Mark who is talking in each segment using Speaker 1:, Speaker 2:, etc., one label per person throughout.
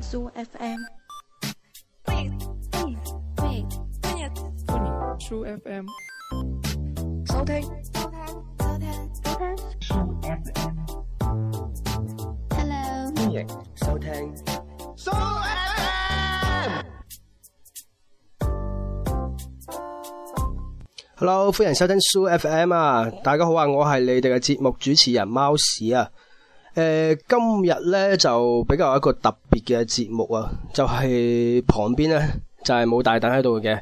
Speaker 1: 蘇 FM，
Speaker 2: 歡迎歡迎歡迎歡迎
Speaker 3: 歡迎 True FM
Speaker 2: 收聽收聽收聽收聽
Speaker 4: Hello，
Speaker 5: 歡迎收聽。Hello，歡迎收聽 Soo FM 啊！大家好啊，我係你哋嘅節目主持人貓屎啊。誒、今日咧就比較有一個特別嘅節目啊，就係、旁邊咧就係、冇大等喺度嘅。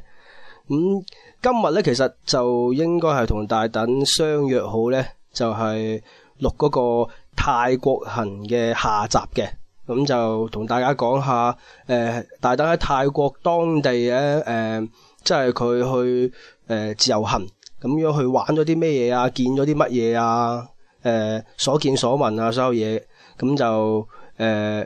Speaker 5: 咁、今日咧其實就應該係同大等相約好咧，就係、錄嗰個泰國行嘅下集嘅。咁就同大家講下，誒、大等喺泰國當地咧，誒、即係佢去誒、呃自由行，咁樣去玩咗啲咩嘢啊，見咗啲乜嘢啊，誒、所見所聞啊，所有嘢，咁就誒、呃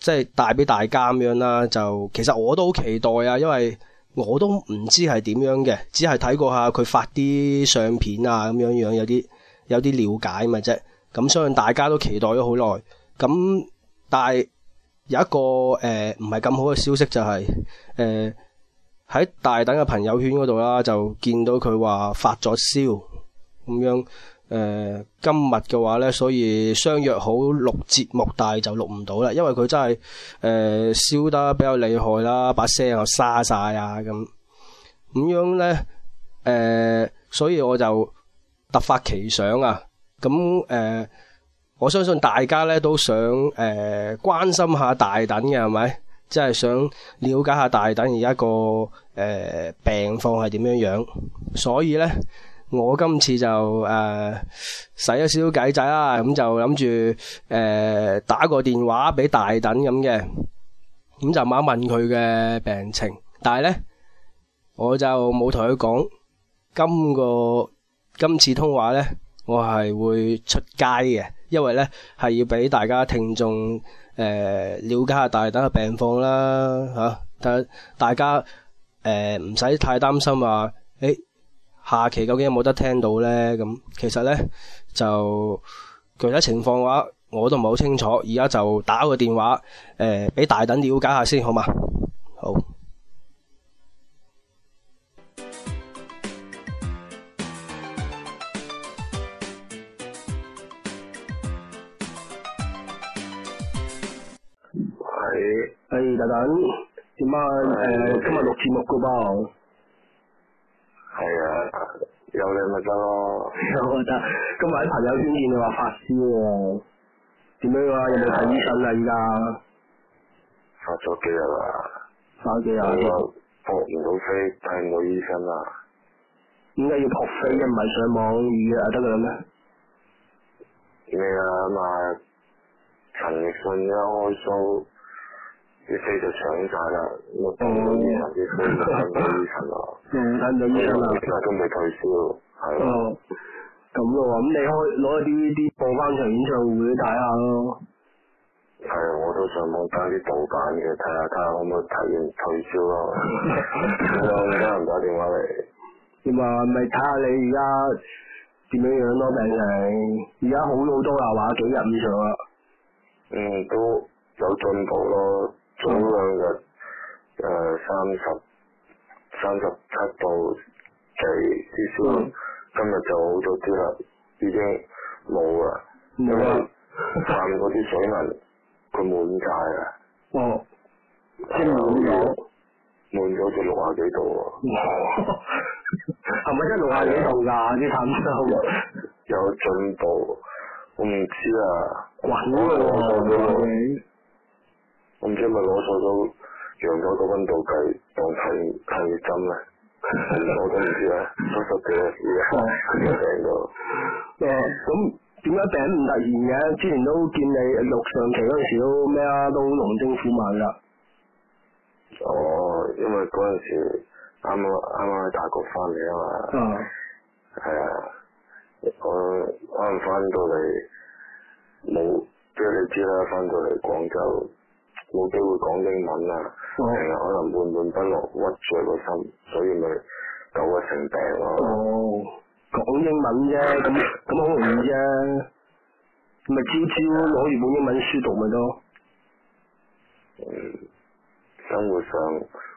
Speaker 5: 即係帶俾大家咁樣啦。就其實我都好期待啊，因為我都唔知係點樣嘅，只係睇過下佢發啲相片啊，咁樣樣有啲有啲了解咪啫。咁相信大家都期待咗好耐。咁但係有一個誒唔係咁好嘅消息就係、呃誒喺大等嘅朋友圈嗰度啦，就見到佢話發咗燒咁樣。誒、今日嘅話呢，所以相約好錄節目，但係就錄唔到啦，因為佢真係誒、呃燒得比較厲害啦，把聲又沙晒啊咁。咁樣呢，誒、所以我就突發奇想啊，咁誒。我相信大家咧都想誒、呃、關心下大等嘅係咪？即係想了解下大等而家個誒病況係點樣樣，所以咧我今次就誒、呃使咗少少計仔啦，咁就諗住誒打個電話俾大等咁嘅，咁就問一問佢嘅病情，但係咧我就冇同佢講今個今次通話咧。我係會出街嘅，因為呢係要俾大家聽眾誒、呃了解下大等嘅病況啦嚇，但、大家誒唔使太擔心話，誒、下期究竟有冇得聽到呢？咁其實呢，就具體情況嘅話，我都唔係好清楚，而家就打個電話誒呃俾、大等了解下先，好嘛？好。係，誒，哎大等，點啊？
Speaker 6: 哎
Speaker 5: 誒，今日錄節目噶噃，
Speaker 6: 係啊，有你咪得咯。
Speaker 5: 我覺啊得今日喺朋友圈見你話發燒喎，點樣啊？有冇睇醫生啊？而家
Speaker 6: 發咗幾日啦，
Speaker 5: 翻屋企啊？
Speaker 6: 我撲唔到飛，睇唔到醫生啊啦。
Speaker 5: 點解要撲飛嘅？唔係上網預約啊就得㗎啦咩？
Speaker 6: 咩啊嘛？陳奕迅一開 show，啲飛就搶晒啦，啊我睇唔到醫生啲飛，睇唔到醫生啦。
Speaker 5: 嗯，睇唔到醫生啦。
Speaker 6: 其實都未退燒，係啊
Speaker 5: 哦，咁咯喎，咁你開攞啲啲播翻場演唱會睇下咯。
Speaker 6: 係啊，我都上網打啲盜版嘅，睇下睇下可唔可以睇完退燒咯。啊有其他人打電話嚟，
Speaker 5: 點啊？咪睇下你而家點樣樣咯，病情。而家好好多啦，話幾日咁上啊啦。
Speaker 6: 嗯，都有進步咯。早兩日誒呃三十三十七度幾啲燒，
Speaker 5: 嗯
Speaker 6: 今日就好咗啲啦，已經冇啦，因
Speaker 5: 冇
Speaker 6: 為
Speaker 5: 啦。
Speaker 6: 站嗰啲水銀佢滿晒啊啦，
Speaker 5: 哦， 即係滿咗。
Speaker 6: 滿咗就六啊幾度喎，
Speaker 5: 係咪真係六廿幾度㗎？啲探測
Speaker 6: 有進步，我唔知啊，
Speaker 5: 滾
Speaker 6: 我
Speaker 5: 㗎
Speaker 6: 攞錯咗，
Speaker 5: 喎！
Speaker 6: 我唔知係咪攞錯咗陽咗個温度計當睇睇熱針咧。我都唔知啦，都十幾啦，而家病到。
Speaker 5: 誒，咁點解病唔突然嘅？之前都見你錄上期嗰陣時都咩啊，都龍精虎猛㗎。
Speaker 6: 哦，因為嗰陣時啱啱啱啱喺大陸翻嚟啊嘛，
Speaker 5: 啊，
Speaker 6: 係啊，我啱翻到嚟冇，即係你知啦，翻到嚟廣州冇機會講英文啊，
Speaker 5: 哦
Speaker 6: 成日可能悶悶不樂，屈住個心，所以咪搞咗成病咯。
Speaker 5: 哦，講英文啫，咁咁好容易啫，咪朝朝攞住本英文書讀咪得咯。
Speaker 6: 嗯，生活上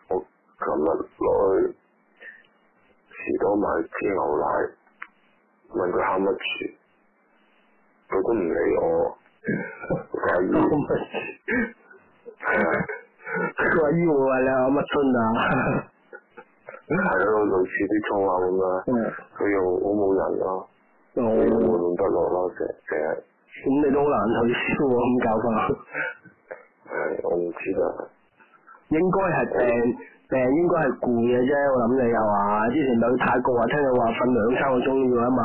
Speaker 6: 我琴日落去士多買支牛奶，問佢喊乜住，佢都唔理我。佢阿姨，係啊，
Speaker 1: 佢話醫護啊，你有乜春啊？
Speaker 6: 係咯，類似啲粗口咁啦。
Speaker 1: 嗯，
Speaker 6: 佢又好冇人啦，
Speaker 1: 我
Speaker 6: 你都悶悶不樂啦，成成日
Speaker 1: 咁你都好難取消喎，咁搞法。
Speaker 6: 唉，我唔知啦。
Speaker 1: 應該係病病應該係攰嘅啫，我諗你係嘛？之前咪去泰國話聽佢話瞓兩三個鐘要一晚，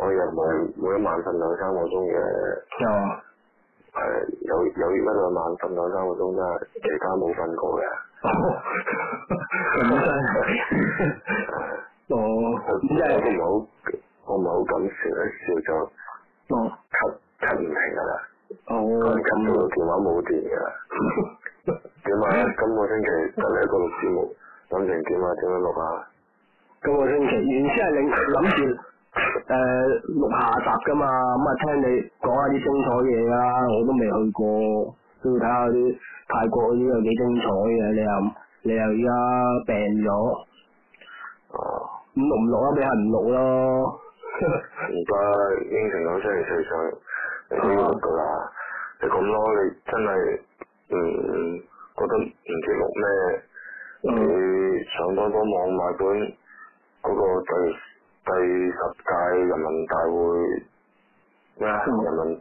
Speaker 6: 我又唔係每一晚瞓兩三個鐘嘅，
Speaker 1: 又話
Speaker 6: 係有有一兩晚瞓兩三個鐘真係，其他冇瞓過嘅。
Speaker 1: 咁真係哦，咁真係
Speaker 6: 我我都唔係好，我唔係好敢笑，一笑就
Speaker 1: 哦
Speaker 6: 咳咳唔停噶啦，
Speaker 1: 哦
Speaker 6: 咳到
Speaker 1: 咁
Speaker 6: 個
Speaker 1: 啊
Speaker 6: 電話冇電噶啦。點啊？今個星期得你一個錄節目，諗成點啊？點樣錄啊？
Speaker 1: 今個星期原先係你諗住誒錄下集噶嘛，咁啊聽你講下啲精彩嘢啦，我都未去過，都要睇下啲泰國嗰啲有幾精彩嘅，你又你又而家病咗，
Speaker 6: 哦，
Speaker 1: 咁錄唔錄啊？俾人唔錄咯，
Speaker 6: 而家應承咗星期四上，你都要錄噶啦。你咁咯，你真係嗯覺得唔知錄咩？
Speaker 1: 嗯
Speaker 6: 你上多多網買本嗰個第第十屆人民大會咩啊？
Speaker 1: 嗯
Speaker 6: 人民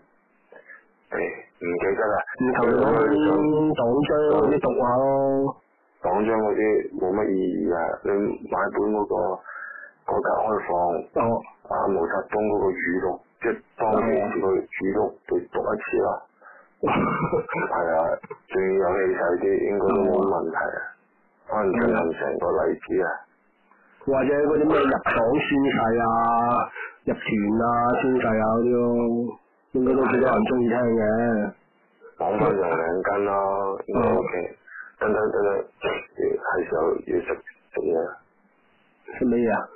Speaker 6: 誒唔記得啦，
Speaker 1: 唔求嗰啲黨章嗰啲讀下咯，
Speaker 6: 黨章嗰啲冇乜意義啊！你買本嗰、個改革開放
Speaker 1: 哦
Speaker 6: 啊毛澤東嗰個語錄，即係當時個語錄你讀一次啦，係啊，仲要有氣勢啲，應該都冇乜問題啊，可能進行成個例子啊。
Speaker 1: 或者嗰啲咩入黨宣誓啊、入團啊、宣誓啊嗰啲咯，應該都幾多人中意聽嘅。
Speaker 6: 講翻兩兩斤啦，咁啊 OK。等等等等，係時候要食食嘢啦，
Speaker 1: 食咩嘢啊？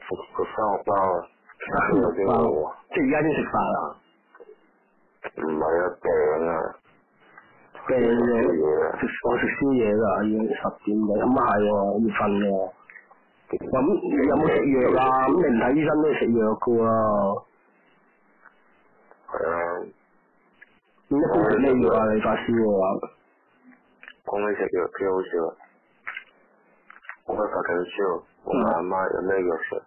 Speaker 6: 食個生肉包啊，有啲餓啊，
Speaker 1: 即係而家先食飯啊？
Speaker 6: 唔係啊病啊，
Speaker 1: 病
Speaker 6: 食
Speaker 1: 嘅，
Speaker 6: 嘢啊，
Speaker 1: 食我食宵夜㗎，已經十點幾，咁啊係喎，我要瞓喎。咁你有冇食藥啊？咁你唔睇醫生都要食藥㗎喎。
Speaker 6: 係啊，
Speaker 1: 你一般食咩藥啊？你發燒嘅話，
Speaker 6: 講起食藥幾好笑啊，我喺發緊燒，我問阿媽有咩藥食，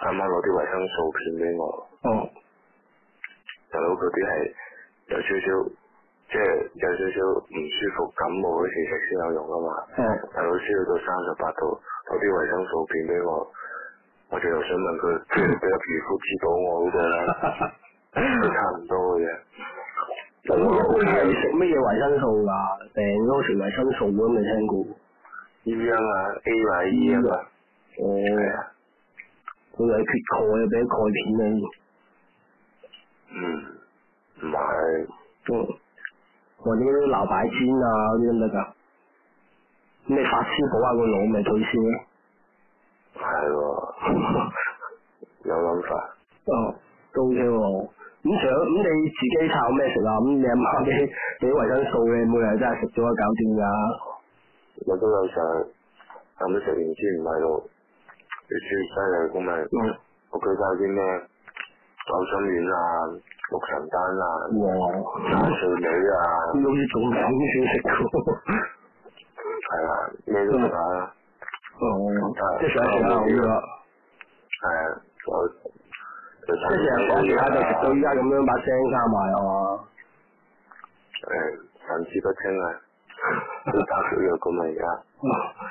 Speaker 6: 阿媽攞啲維生素片俾我，
Speaker 1: 哦，
Speaker 6: 大佬嗰啲係有少少，即係有少少唔舒服感冒嗰時食先有用啊嘛。
Speaker 1: 哦，
Speaker 6: 大佬燒到三十八度，攞啲維生素片俾我，我就又想問佢，不如俾個皮膚指導我嗰個啦，都差唔多嘅嘢。
Speaker 1: 咁一般係食乜嘢維生素㗎？病都食維生素咁，你聽過？
Speaker 6: 醫啊嘛，A 奶 E 啊嘛，
Speaker 1: 哦，
Speaker 6: 係啊，
Speaker 1: 佢有缺鈣啊，俾啲鈣片你。
Speaker 6: 嗯，唔係，
Speaker 1: 嗯，或者嗰啲鬧擺煎啊嗰啲得唔得㗎？咁你發燒補下個腦咪退燒咯。
Speaker 6: 係喎， 有諗法。
Speaker 1: 哦，都 OK 喎。咁除咗咁你自己炒咩食啊？咁你阿媽俾俾維生素你，每日真係食咗就搞掂㗎。
Speaker 6: 我都有時候諗食完之唔係路，你最犀利咁咪
Speaker 1: 嗯，
Speaker 6: 我佢有啲咩牛心丸啊、六神丹啊、
Speaker 1: 哇，
Speaker 6: 炸碎女啊。
Speaker 1: 咁好似仲咁先食喎。
Speaker 6: 係啊，咩都食啊下啦。
Speaker 1: 哦，即係想食下好㗎啦。
Speaker 6: 係啊，我就
Speaker 1: 嗯即係成日想食下就
Speaker 6: 啊
Speaker 1: 食到依家咁樣把聲加埋係嘛？
Speaker 6: 誒神志不清啊，要打血藥咁啊而家。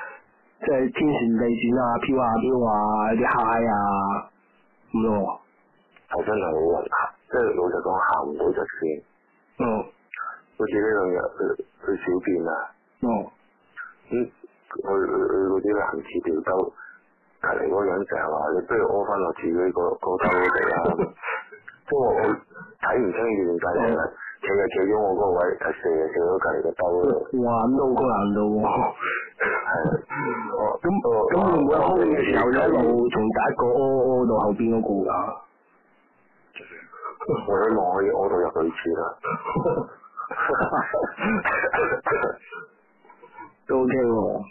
Speaker 1: 即係天旋地轉啊，飄下飄啊，有啲嗨啊咁咯。
Speaker 6: 係真係好混合，即係老實講行唔到直線。
Speaker 1: 嗯，
Speaker 6: 好似呢兩日去去小便啊，
Speaker 1: 哦，
Speaker 6: 咁去去去嗰啲男廁吊兜，隔離嗰個人成日話你不如屙翻落自己個 個兜嗰度啦。即係我我睇唔清佢點解成日企就啊企咗我嗰個位，但射就射咗隔離個兜嗰度。
Speaker 1: 哇，咁都好高難度喎。
Speaker 6: 係，
Speaker 1: 咁咁會唔會空哦啊嘅時候一路從第一個屙屙到後邊嗰個㗎？
Speaker 6: 我希望可以屙到入女廁啦。
Speaker 1: 都 OK 喎。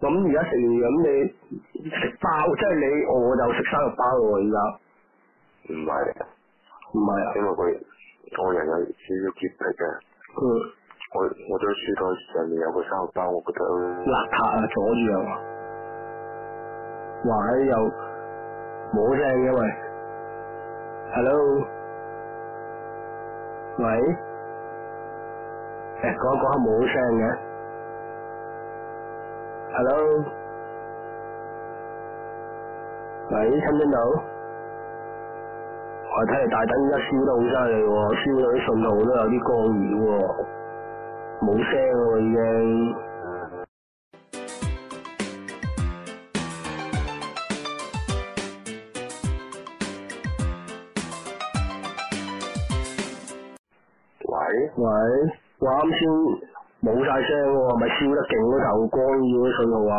Speaker 1: 咁而家食完咁你食包，即係你我就食生肉包咯喎，而家
Speaker 6: 唔係，
Speaker 1: 唔係啊，
Speaker 6: 因為佢我人有少少潔癖嘅，
Speaker 1: 嗯，
Speaker 6: 我我張書台上面有個生肉包，我覺得
Speaker 1: 邋遢啊，阻住啊，哇！又冇聲嘅喂，Hello，喂，誒講一講下冇聲嘅，Hello，喂，聽唔聽到？我睇嚟大等而家燒得好犀利喎，燒到啲信號都有啲干擾喎，冇聲喎已經。
Speaker 6: 喂，
Speaker 1: 喂，我啱先冇晒聲喎，咪燒得勁嗰頭干擾啲信號啊！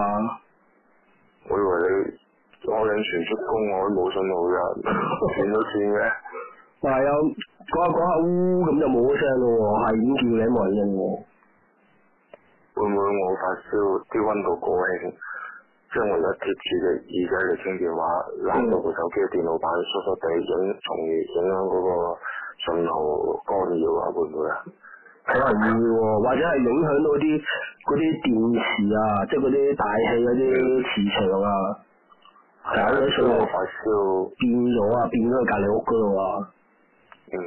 Speaker 6: 我以為你我領全出工，我都冇信號㗎， 轉都轉嘅。
Speaker 1: 但係又講下講下呜咁就冇咗聲咯喎，係咁叫你一圍應喎。
Speaker 6: 會唔會我發燒啲温度過興，將我而家貼住隻耳仔嚟傾電話，拉
Speaker 1: 嗯
Speaker 6: 到部手機嘅電腦板疏疏地，影從而影響嗰個信號干擾啊？會唔會啊？
Speaker 1: 可能要喎，或者係影響到啲嗰啲電池啊，即係嗰啲大氣嗰啲磁場啊，搞咗啲
Speaker 6: 啊所以
Speaker 1: 信
Speaker 6: 我
Speaker 1: 號
Speaker 6: 發燒，
Speaker 1: 變咗啊，變咗去隔離屋嗰度啊。
Speaker 6: 嗯，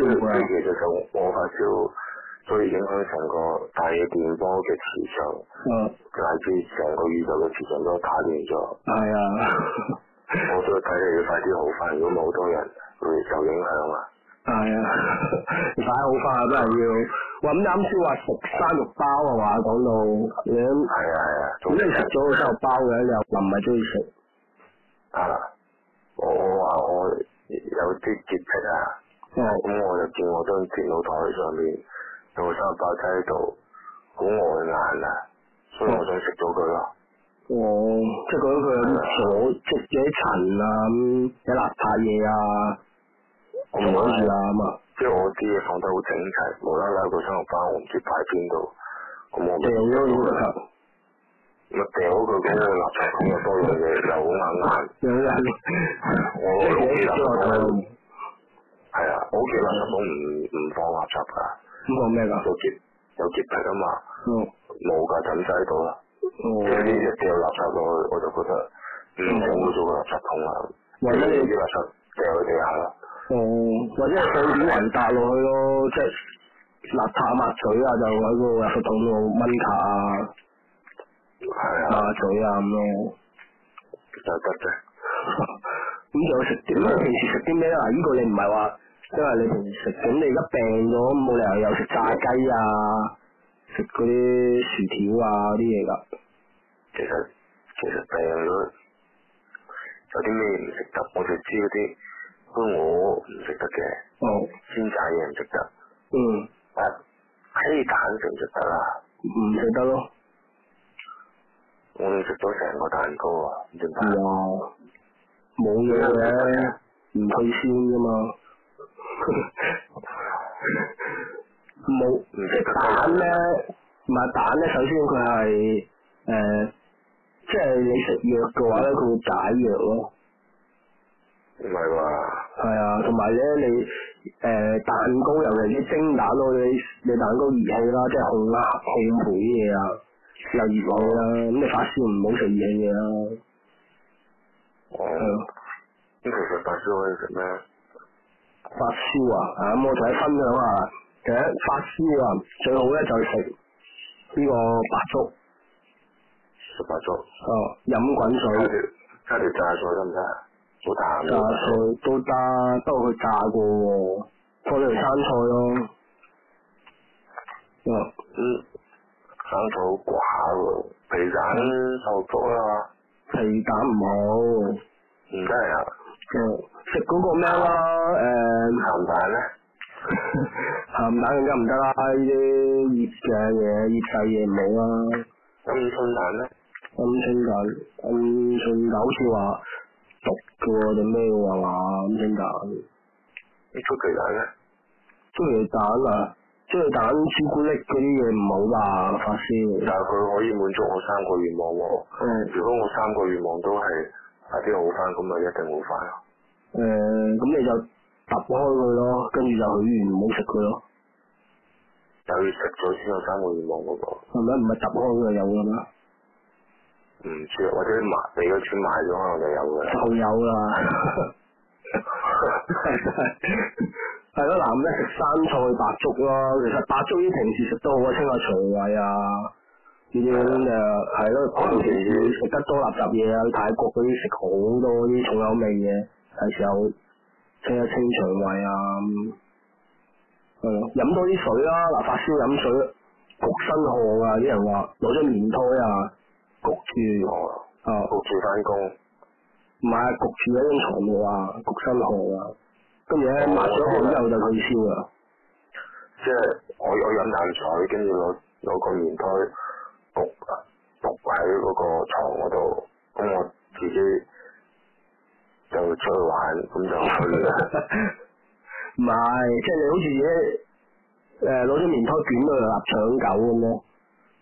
Speaker 1: 會唔會啊
Speaker 6: 所以其實就我發燒，所以影響成個大嘅電波嘅磁場，
Speaker 1: 嗯，
Speaker 6: 乃至成個宇宙嘅磁場都打亂咗。
Speaker 1: 係啊。
Speaker 6: 我都睇你要快啲好翻，如果冇好多人會受影響啊。
Speaker 1: 係啊， 快好快啊，真係要。哇！咁啱先話食生肉包啊嘛，講到你咁
Speaker 6: 係啊係啊，
Speaker 1: 咁你食咗個生肉包嘅，你又話唔係中意食，
Speaker 6: 啊！我我話我有啲潔癖啊，
Speaker 1: 哦，
Speaker 6: 咁我就見我張電腦台上面有個生日包仔喺度，好礙眼啊，所
Speaker 1: 嗯
Speaker 6: 以我想食咗佢咯。
Speaker 1: 哦，即係覺得佢有啲阻，即係有啲塵啊，咁有邋遢嘢啊，
Speaker 6: 我
Speaker 1: 阻
Speaker 6: 唔可以
Speaker 1: 住啊咁啊，
Speaker 6: 即係我啲嘢放得好整齊，無啦啦個生日包我唔知擺邊度，咁我咪
Speaker 1: 掉咗佢個頭，
Speaker 6: 咪掉咗佢咁嘅垃圾桶嘅多樣嘢，又好眼眼。
Speaker 1: 有人
Speaker 6: 我
Speaker 1: 即係
Speaker 6: 我
Speaker 1: 自
Speaker 6: 屋企
Speaker 1: 己食咗個頭，
Speaker 6: 垃圾桶係啊，我屋企垃圾桶唔唔放垃圾㗎，
Speaker 1: 咁講咩㗎？
Speaker 6: 啊有潔有潔癖啊嘛，
Speaker 1: 哦，
Speaker 6: 冇㗎抌晒喺度啦。即係呢
Speaker 1: 哦，嗯
Speaker 6: 一掉垃圾落去，我就覺得唔整污糟個垃圾桶啦。
Speaker 1: 或者你
Speaker 6: 啲垃圾掉喺地下啦，
Speaker 1: 哦，或者係上點雲搭落去咯，即係邋遢抹嘴啊，就喺個垃圾桶度掹卡啊。
Speaker 6: 係啊，
Speaker 1: 啊嘴啊咁咯。
Speaker 6: 就得嘅。
Speaker 1: 咁仲有食啲咩？平時食啲咩啊？呢個你唔係話，因為你平時食，咁你而家病咗，冇理由又食炸雞啊，食嗰啲薯條啊嗰啲嘢㗎。
Speaker 6: 其實其實病咗有啲咩唔食得，我就知嗰啲香鵝唔食得嘅，
Speaker 1: 哦，
Speaker 6: 煎炸嘢唔食得，
Speaker 1: 嗯，
Speaker 6: 啊雞蛋食唔食得啊？
Speaker 1: 唔食得咯。
Speaker 6: 我哋食咗成個蛋糕啊，唔點
Speaker 1: 嗯
Speaker 6: 辦？
Speaker 1: 哇，冇嘢嘅，唔退燒㗎嘛。冇，
Speaker 6: 唔
Speaker 1: 即
Speaker 6: 食得
Speaker 1: 係蛋咧，唔係蛋咧。首先佢係誒，即係你食藥嘅話咧，佢會解藥咯。
Speaker 6: 唔係喎，
Speaker 1: 係啊，同埋咧你誒、蛋糕尤其啲蒸蛋咯，你你蛋糕熱氣啦，即係烘啊烘焙啲嘢啊，又熱氣啦，咁你發燒唔好食熱氣嘢啦。
Speaker 6: 我
Speaker 1: 係
Speaker 6: 咁
Speaker 1: 咯，
Speaker 6: 其實發燒可以食咩？
Speaker 1: 發燒啊，啊咁我同你分享下，其實發燒啊最好咧就係食呢個白粥，
Speaker 6: 食白粥，
Speaker 1: 哦飲滾
Speaker 6: 加
Speaker 1: 水。
Speaker 6: 條加條炸菜得唔得啊？好淡
Speaker 1: 炸
Speaker 6: 嘅。
Speaker 1: 菜都得，不過佢炸過喎，放咗條生菜咯。啊，
Speaker 6: 嗯，生草寡喎，皮蛋瘦肉啊嘛，
Speaker 1: 皮蛋唔好，
Speaker 6: 唔得啊，
Speaker 1: 哦食嗰個咩啦，誒、
Speaker 6: 鹹蛋咧，
Speaker 1: 鹹蛋更加唔得啦，呢啲醃嘅嘢、醃製嘢唔好啦，
Speaker 6: 鵪鶉蛋咧，
Speaker 1: 嗯鵪鶉蛋、鵪鶉蛋好似話毒嘅喎定咩喎係嘛？咁蒸蛋，
Speaker 6: 你出奇蛋咧？
Speaker 1: 中椰蛋啊，中椰蛋朱古力嗰啲嘢唔好吧，發燒。
Speaker 6: 但係佢可以滿足我三個願望喎。
Speaker 1: 誒
Speaker 6: 如果我三個願望都係快啲好翻，咁咪一定好翻咯。
Speaker 1: 誒，咁你就揼開佢咯，跟住就許願唔好食佢咯，
Speaker 6: 但係要食咗先有三個願望嗰、個，
Speaker 1: 係咪？唔係揼開佢就有㗎啦，
Speaker 6: 唔知啊或者買俾嗰串賣咗，可能就有㗎啦。
Speaker 1: 就有啦。 係咯，男人食生菜白粥咯，其實白粥啲平時食都好啊，清下腸胃啊，呢啲咁嘅係咯。可能平時食得多垃圾嘢啊，去泰國嗰啲食好多啲重口味嘢，係時候清一清腸胃啊。咁係咯，飲多啲水啦，嗱發燒飲水，焗身汗啊，啲人話攞張棉胎啊，焗住
Speaker 6: 哦，
Speaker 1: 啊。
Speaker 6: 焗住翻工，
Speaker 1: 唔係焗住喺張床度啊，焗身汗啊，跟住咧抹咗汗之後就退燒啊啦。
Speaker 6: 即係我我飲啖水，跟住攞攞個棉胎焗焗喺嗰個床嗰度，咁我自己就出去玩，咁就去啦。
Speaker 1: 唔係，即係你好似而家誒攞咗棉胎捲到臘腸狗咁咧，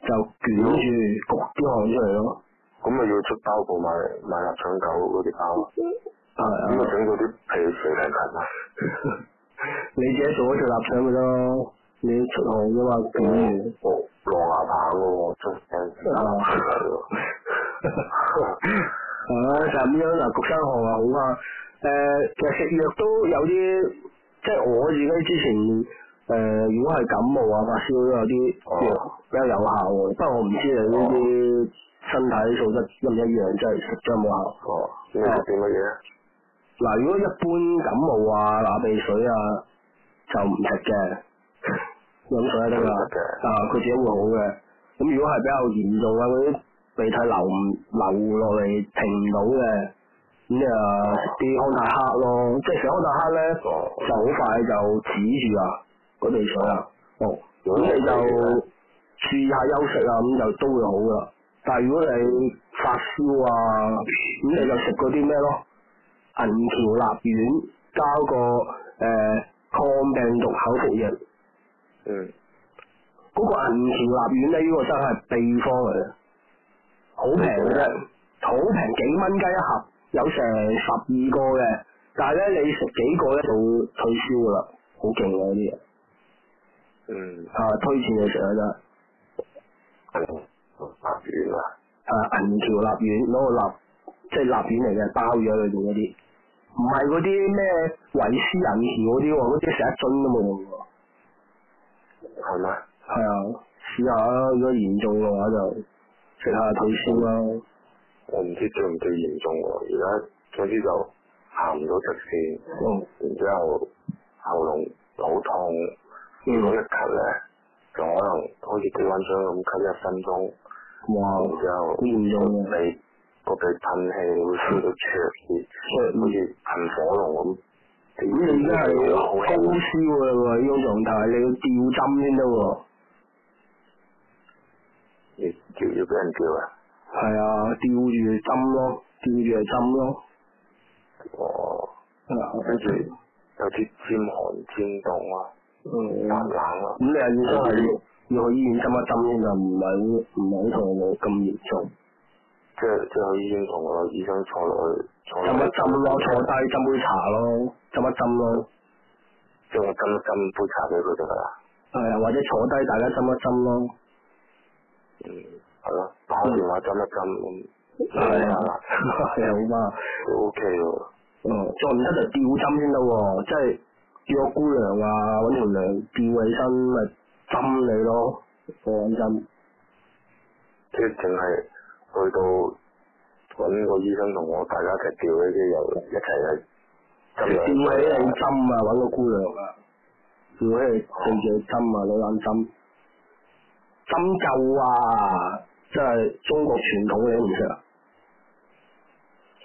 Speaker 1: 就捲住焗啲汗出嚟咯。
Speaker 6: 咁咪要出包鋪買買臘腸狗嗰啲包啊，咁
Speaker 1: 係
Speaker 6: 咪
Speaker 1: 啊，
Speaker 6: 整嗰啲皮蛇嚟近啊。
Speaker 1: 你自己做一隻臘腸咪得咯，你出汗啫嘛，捲完。
Speaker 6: 我狼牙棒喎，真係
Speaker 1: 啊係啊，就係咁樣嗱，焗生汗啊好啊。誒、其實食藥都有啲，即係我自己之前誒、如果係感冒啊、發燒都有啲藥比較有效喎。不過我唔知你呢啲身體素質一唔一樣，即係食咗有冇效。
Speaker 6: 哦，呢個叫乜嘢啊？
Speaker 1: 嗱、如果一般感冒啊、流鼻水啊，就唔食嘅， 飲水就得啦
Speaker 6: 唔食嘅。
Speaker 1: 啊，佢自己會好嘅。咁如果係比較嚴重啊，嗰啲鼻涕流唔流落嚟停唔到嘅，咁就食啲康泰克咯。即係食康泰克咧，
Speaker 6: 哦，
Speaker 1: 就好快就止住啊嗰鼻水啊。哦，
Speaker 6: 如
Speaker 1: 咁
Speaker 6: 果
Speaker 1: 你就注意下休息啊，咁就都會好噶啦。但係如果你發燒啊，咁你就食嗰啲咩咯，銀橋立丸加個誒、呃抗病毒口服液。
Speaker 6: 嗯，
Speaker 1: 嗰個銀橋立丸咧，呢、個真係秘方嚟嘅，好平嘅啫，好平幾蚊雞一盒，有成十二個嘅，但係咧你食幾個咧就會退燒噶啦，好勁嘅呢啲嘢，
Speaker 6: 嗯，
Speaker 1: 啊推薦你食啊真係，
Speaker 6: 八月嗯啊，
Speaker 1: 啊銀橋立丸攞個立，即係立丸嚟嘅，包住喺裏邊嗰啲，唔係嗰啲咩維斯銀橋嗰啲喎，嗰啲成一樽都冇用喎，
Speaker 6: 係咪？
Speaker 1: 係啊，試下啦，如果嚴重嘅話就食下退燒啦。
Speaker 6: 我唔知最唔最嚴重喎，而家總之就行唔到直線，
Speaker 1: 嗯
Speaker 6: 然之後喉嚨好痛，如果一
Speaker 1: 嗯，
Speaker 6: 咳咧，就可能好似吊温水咁咳一分鐘，
Speaker 1: 哇！
Speaker 6: 然之後
Speaker 1: 好嚴重嘅
Speaker 6: 你個鼻噴氣會燒到灼熱，
Speaker 1: 嗯
Speaker 6: 好似噴火龍咁。
Speaker 1: 咁你而家係好高
Speaker 6: 啊
Speaker 1: 燒噶喎，呢種狀態，你要吊針先得喎。
Speaker 6: 要要要俾人叫啊！
Speaker 1: 係啊，吊住針咯，吊住係針咯。
Speaker 6: 哦，跟住
Speaker 1: 係啊
Speaker 6: 有啲尖寒尖凍啊，
Speaker 1: 嗯，
Speaker 6: 寒
Speaker 1: 咁
Speaker 6: 冷啊，
Speaker 1: 你係要真係要去醫院針一針先就唔係好唔係好同我咁嚴重。
Speaker 6: 即係即係去醫院同個醫生坐落去坐
Speaker 1: 針
Speaker 6: 落去
Speaker 1: 一針咯，坐低斟杯茶咯，針一針咯。
Speaker 6: 即係我斟一斟杯茶俾佢就得啦。
Speaker 1: 係啊，或者坐低大家針一針咯。
Speaker 6: 嗯，係咯，打個電話斟一斟
Speaker 1: 係啊， 係好嘛。
Speaker 6: 咁都 OK 喎。
Speaker 1: 哦，再唔得就吊針先得喎，即係叫個姑娘啊，揾條梁吊起身咪針你咯，放針。
Speaker 6: 即係淨係去到揾個醫生同我大家一齊調呢啲又一齊去
Speaker 1: 吊起
Speaker 6: 斟兩
Speaker 1: 你
Speaker 6: 杯啊。
Speaker 1: 針啊，揾個姑娘啊，吊起你對住你針啊，攞攬針，針灸啊，即係中國傳統你都唔識啊，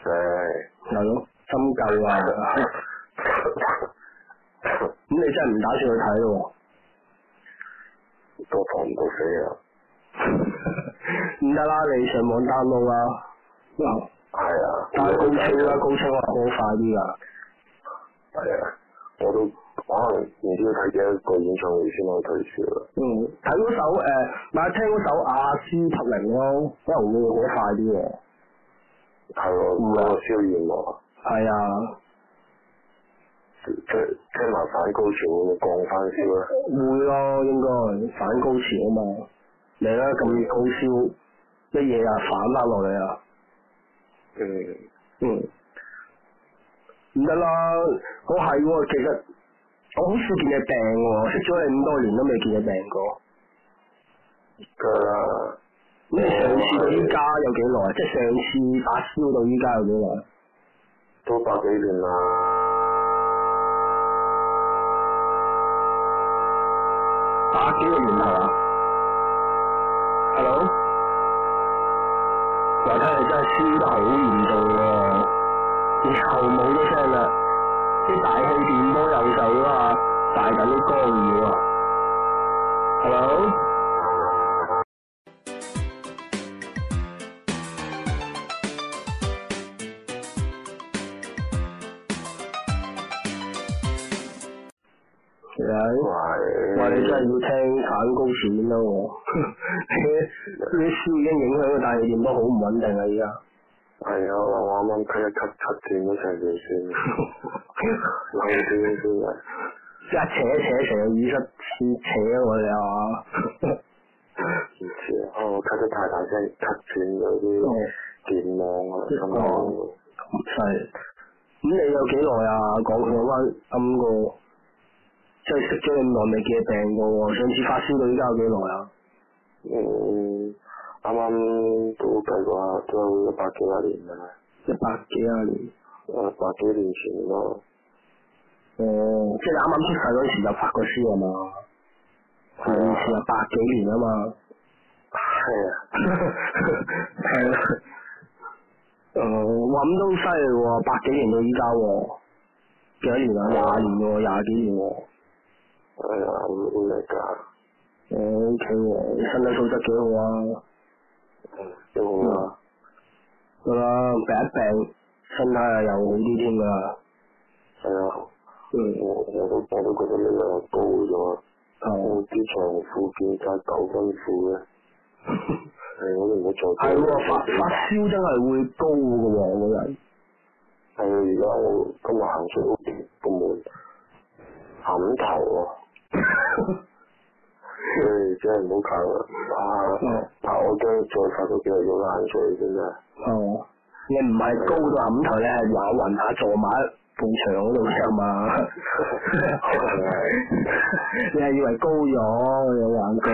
Speaker 6: 係。
Speaker 1: 係咯，針灸啊， 咁你真係唔打算去睇 咯
Speaker 6: 都防唔到死啊！
Speaker 1: 喎，唔得啦，你上網 download 啦，嗱
Speaker 6: 係係啊，
Speaker 1: 但係高清啦，高清我好快啲噶。
Speaker 6: 係啊，我都可能唔知要睇幾多個演唱會先可以退燒啦。
Speaker 1: 嗯，睇嗰首誒，咪、聽嗰首阿斯匹靈咯，可能會好快啲嘅。
Speaker 6: 係喎，嗰個燒完喎，
Speaker 1: 係啊，
Speaker 6: 即聽埋反高潮會唔會降翻燒咧？
Speaker 1: 會咯，應該反高潮啊嘛。你啦，咁高燒，一嘢啊反翻落嚟啊！
Speaker 6: 嗯，
Speaker 1: 嗯，唔得啦，我係喎，其實我好少見你病喎，識咗你咁多年都未見你病過。
Speaker 6: 梗係啦，
Speaker 1: 咁你上次到依家有幾耐？即係上次發燒到依家有幾耐？
Speaker 6: 都百幾年啦。
Speaker 1: 打幾個月頭啊？Hello，話睇嚟真係輸得好嚴重喎，以後冇咗聲啦，啲大氣電波又受咗啊，大緊啲干擾啊。Hello。喂。
Speaker 6: 喂，
Speaker 1: 哇！你真係要聽反高潮先得喎，呢 啲書已經影響個大氣電波好唔穩定啊啦，依家。
Speaker 6: 係啊，我啱啱睇一級七轉咗成條線，漏啲先嘅。
Speaker 1: 一扯扯成個耳塞先扯我哋啊！
Speaker 6: 唔知啊，我咳得太大聲，咳斷咗
Speaker 1: 哦
Speaker 6: 啲電網啊，咁樣。
Speaker 1: 係。咁你有幾耐啊？講講翻暗個，即係識咗你咁耐未見你病過喎。上次發燒到依家有幾耐啊？
Speaker 6: 嗯，啱啱都計過下，都有一百幾廿年㗎啦，呃
Speaker 1: 一百幾廿年。
Speaker 6: 誒百幾年前咯，
Speaker 1: 哦，即係你啱啱出世嗰時就發過燒啊嘛？
Speaker 6: 係
Speaker 1: 上
Speaker 6: 啊
Speaker 1: 次係百幾年啊嘛。
Speaker 6: 係啊，
Speaker 1: 係啦。 誒，哇咁呃都犀利喎，百幾年到依家喎，幾多年啊？廿年喎，廿幾年喎。
Speaker 6: 係啊，會會嚟㗎，
Speaker 1: 誒 O K 喎，你身體素質幾好啊！
Speaker 6: 都好啦，
Speaker 1: 得啦，病一病，身體又好啲添噶啦。
Speaker 6: 係啊，
Speaker 1: 嗯，
Speaker 6: 我我都我都覺得呢兩個高咗，
Speaker 1: 係
Speaker 6: 我啲長褲變晒九分 褲嘅，係我都唔好再
Speaker 1: 係
Speaker 6: 着
Speaker 1: 喎，發發燒真係會高噶喎，個人。
Speaker 6: 係啊，而家我今日行出屋個門，冚頭喎、 唉，真係唔好靠啦！啊
Speaker 1: 嗯，
Speaker 6: 但我驚再發到幾日要爛水真係。
Speaker 1: 哦，你唔係高到冚頭，你係玩暈下坐埋喺埲牆嗰度啫嘛。 你係以為高咗有眼鏡？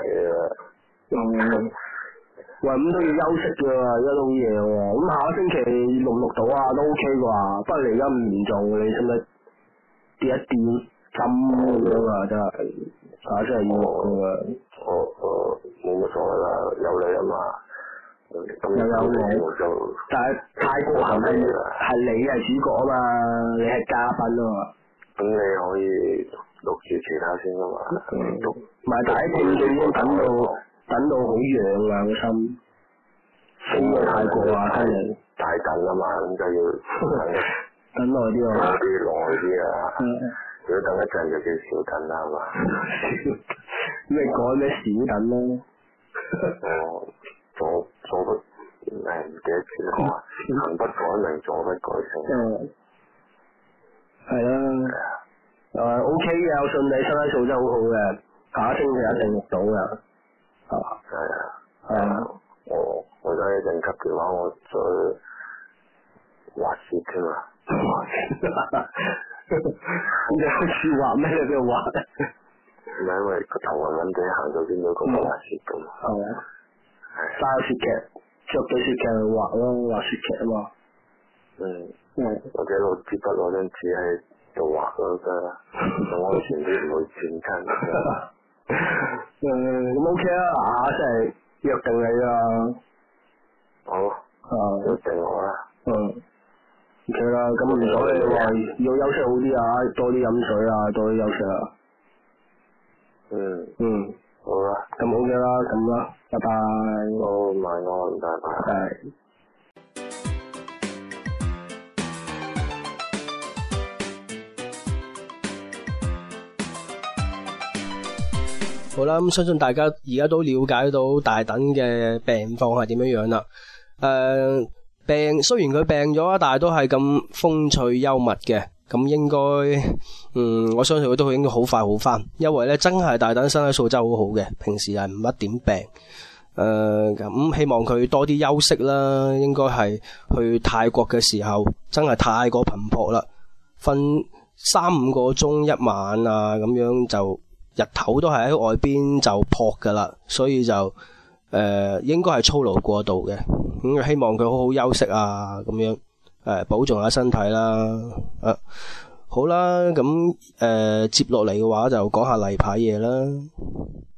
Speaker 6: 係啊，
Speaker 1: 嗯喂，咁都要休息嘅喎，而家都好夜喎。咁下個星期錄唔錄到啊？都 OK 啩，不過你而家唔嚴重，你使唔使跌一跌針咁樣啊？真係，下真係要錄嘅喎。
Speaker 6: 我我冇乜所謂啦，有你啊嘛。嗯今日
Speaker 1: 又有你
Speaker 6: 我就
Speaker 1: 但係泰國行係係你係主角啊嘛，你係嘉賓啊嘛。
Speaker 6: 咁你可以錄住其他先啊噶嘛。錄
Speaker 1: 唔係，但係啲聽眾已經等到等到好癢啊個心，飛去泰國啊，真係
Speaker 6: 太緊啊嘛，咁就要等得
Speaker 1: 等耐啲
Speaker 6: 等
Speaker 1: 啊。
Speaker 6: 啲耐啲啊。
Speaker 1: 嗯
Speaker 6: 如果等一陣就叫少等啦，係嘛？
Speaker 1: 咩改咩少等啊咯，
Speaker 6: 我左左不哦誒唔記得點講啊，行不改名，左不改
Speaker 1: 即
Speaker 6: 姓。
Speaker 1: 係係啦。誒 OK 嘅，我信你身體素質好好嘅，下一星期一定錄到嘅，係嘛？
Speaker 6: 係啊，
Speaker 1: 係啊，
Speaker 6: 我我而家一陣急嘅話，我再滑雪添啊！
Speaker 1: 咁你好似話咩你俾我話，
Speaker 6: 唔係因為個頭暈暈地行到邊度咁滑雪咁。
Speaker 1: 係啊，揸雪劇，着對雪劇去畫咯，畫雪劇啊嘛，
Speaker 6: 嗯，
Speaker 1: 嗯。
Speaker 6: 或者攞支筆攞張紙喺度畫都得啦，咁安全啲唔會轉親。
Speaker 1: 誒 咁 OK 啦，啊，即係約定你啦，
Speaker 6: 好，
Speaker 1: 啊，
Speaker 6: 就定我啦。
Speaker 1: 嗯，OK 啦，咁唔阻你話要休息好啲啊，多啲飲水啊，多啲休息啊，
Speaker 6: 嗯，
Speaker 1: 嗯，
Speaker 6: 好啦，
Speaker 1: 咁 OK 啦，咁啦，拜拜，
Speaker 6: 好晚安，拜拜。
Speaker 1: 係。
Speaker 5: 苦啦。咁相信大家而家都了解到大等嘅病況係點樣樣啦。誒、病雖然佢病咗啊，但係都係咁風趣幽默嘅。咁應該，嗯，我相信佢都應該好快好翻，因為咧真係大等身體素質好好嘅，平時係唔乜點病。誒咁、希望佢多啲休息啦，應該係去泰國嘅時候真係太過頻撲啦，瞓三五個鐘一晚啊，咁樣就日頭都係喺外邊就撲噶啦，所以就誒、呃、應該係操勞過度嘅，咁、希望佢好好休息啊，咁樣誒、保重下身體啦，誒、好啦，咁誒、呃接落嚟嘅話就講下例牌嘢啦。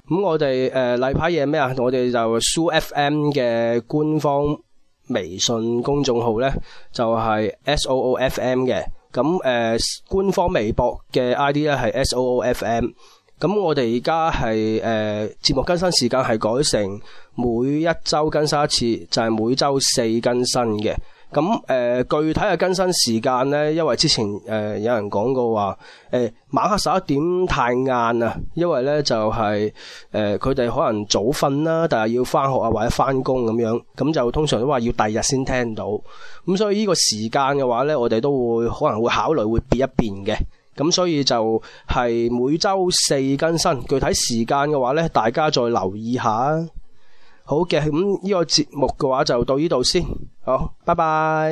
Speaker 5: 咁我哋誒例牌嘢咩啊？我哋就 Su FM 嘅官方微信公眾號咧，就係、S O O F M 嘅。咁誒、呃官方微博嘅 I D 咧係 S O O F M。咁我哋而家係誒節目更新時間係改成每一週更新一次，就係、每週四更新嘅。咁誒、呃具體嘅更新時間咧，因為之前誒、呃有人講過話，誒、晚黑十一點太晏啊，因為咧就係誒佢哋可能早瞓啦，但係要翻學啊或者翻工咁樣，咁就通常都話要第二日先聽到，咁所以呢個時間嘅話咧，我哋都會可能會考慮會變一變嘅。咁所以就係每周四更新，具體時間嘅話咧，大家再留意下啊。好嘅，咁呢個節目嘅話就到呢度先，好，拜拜。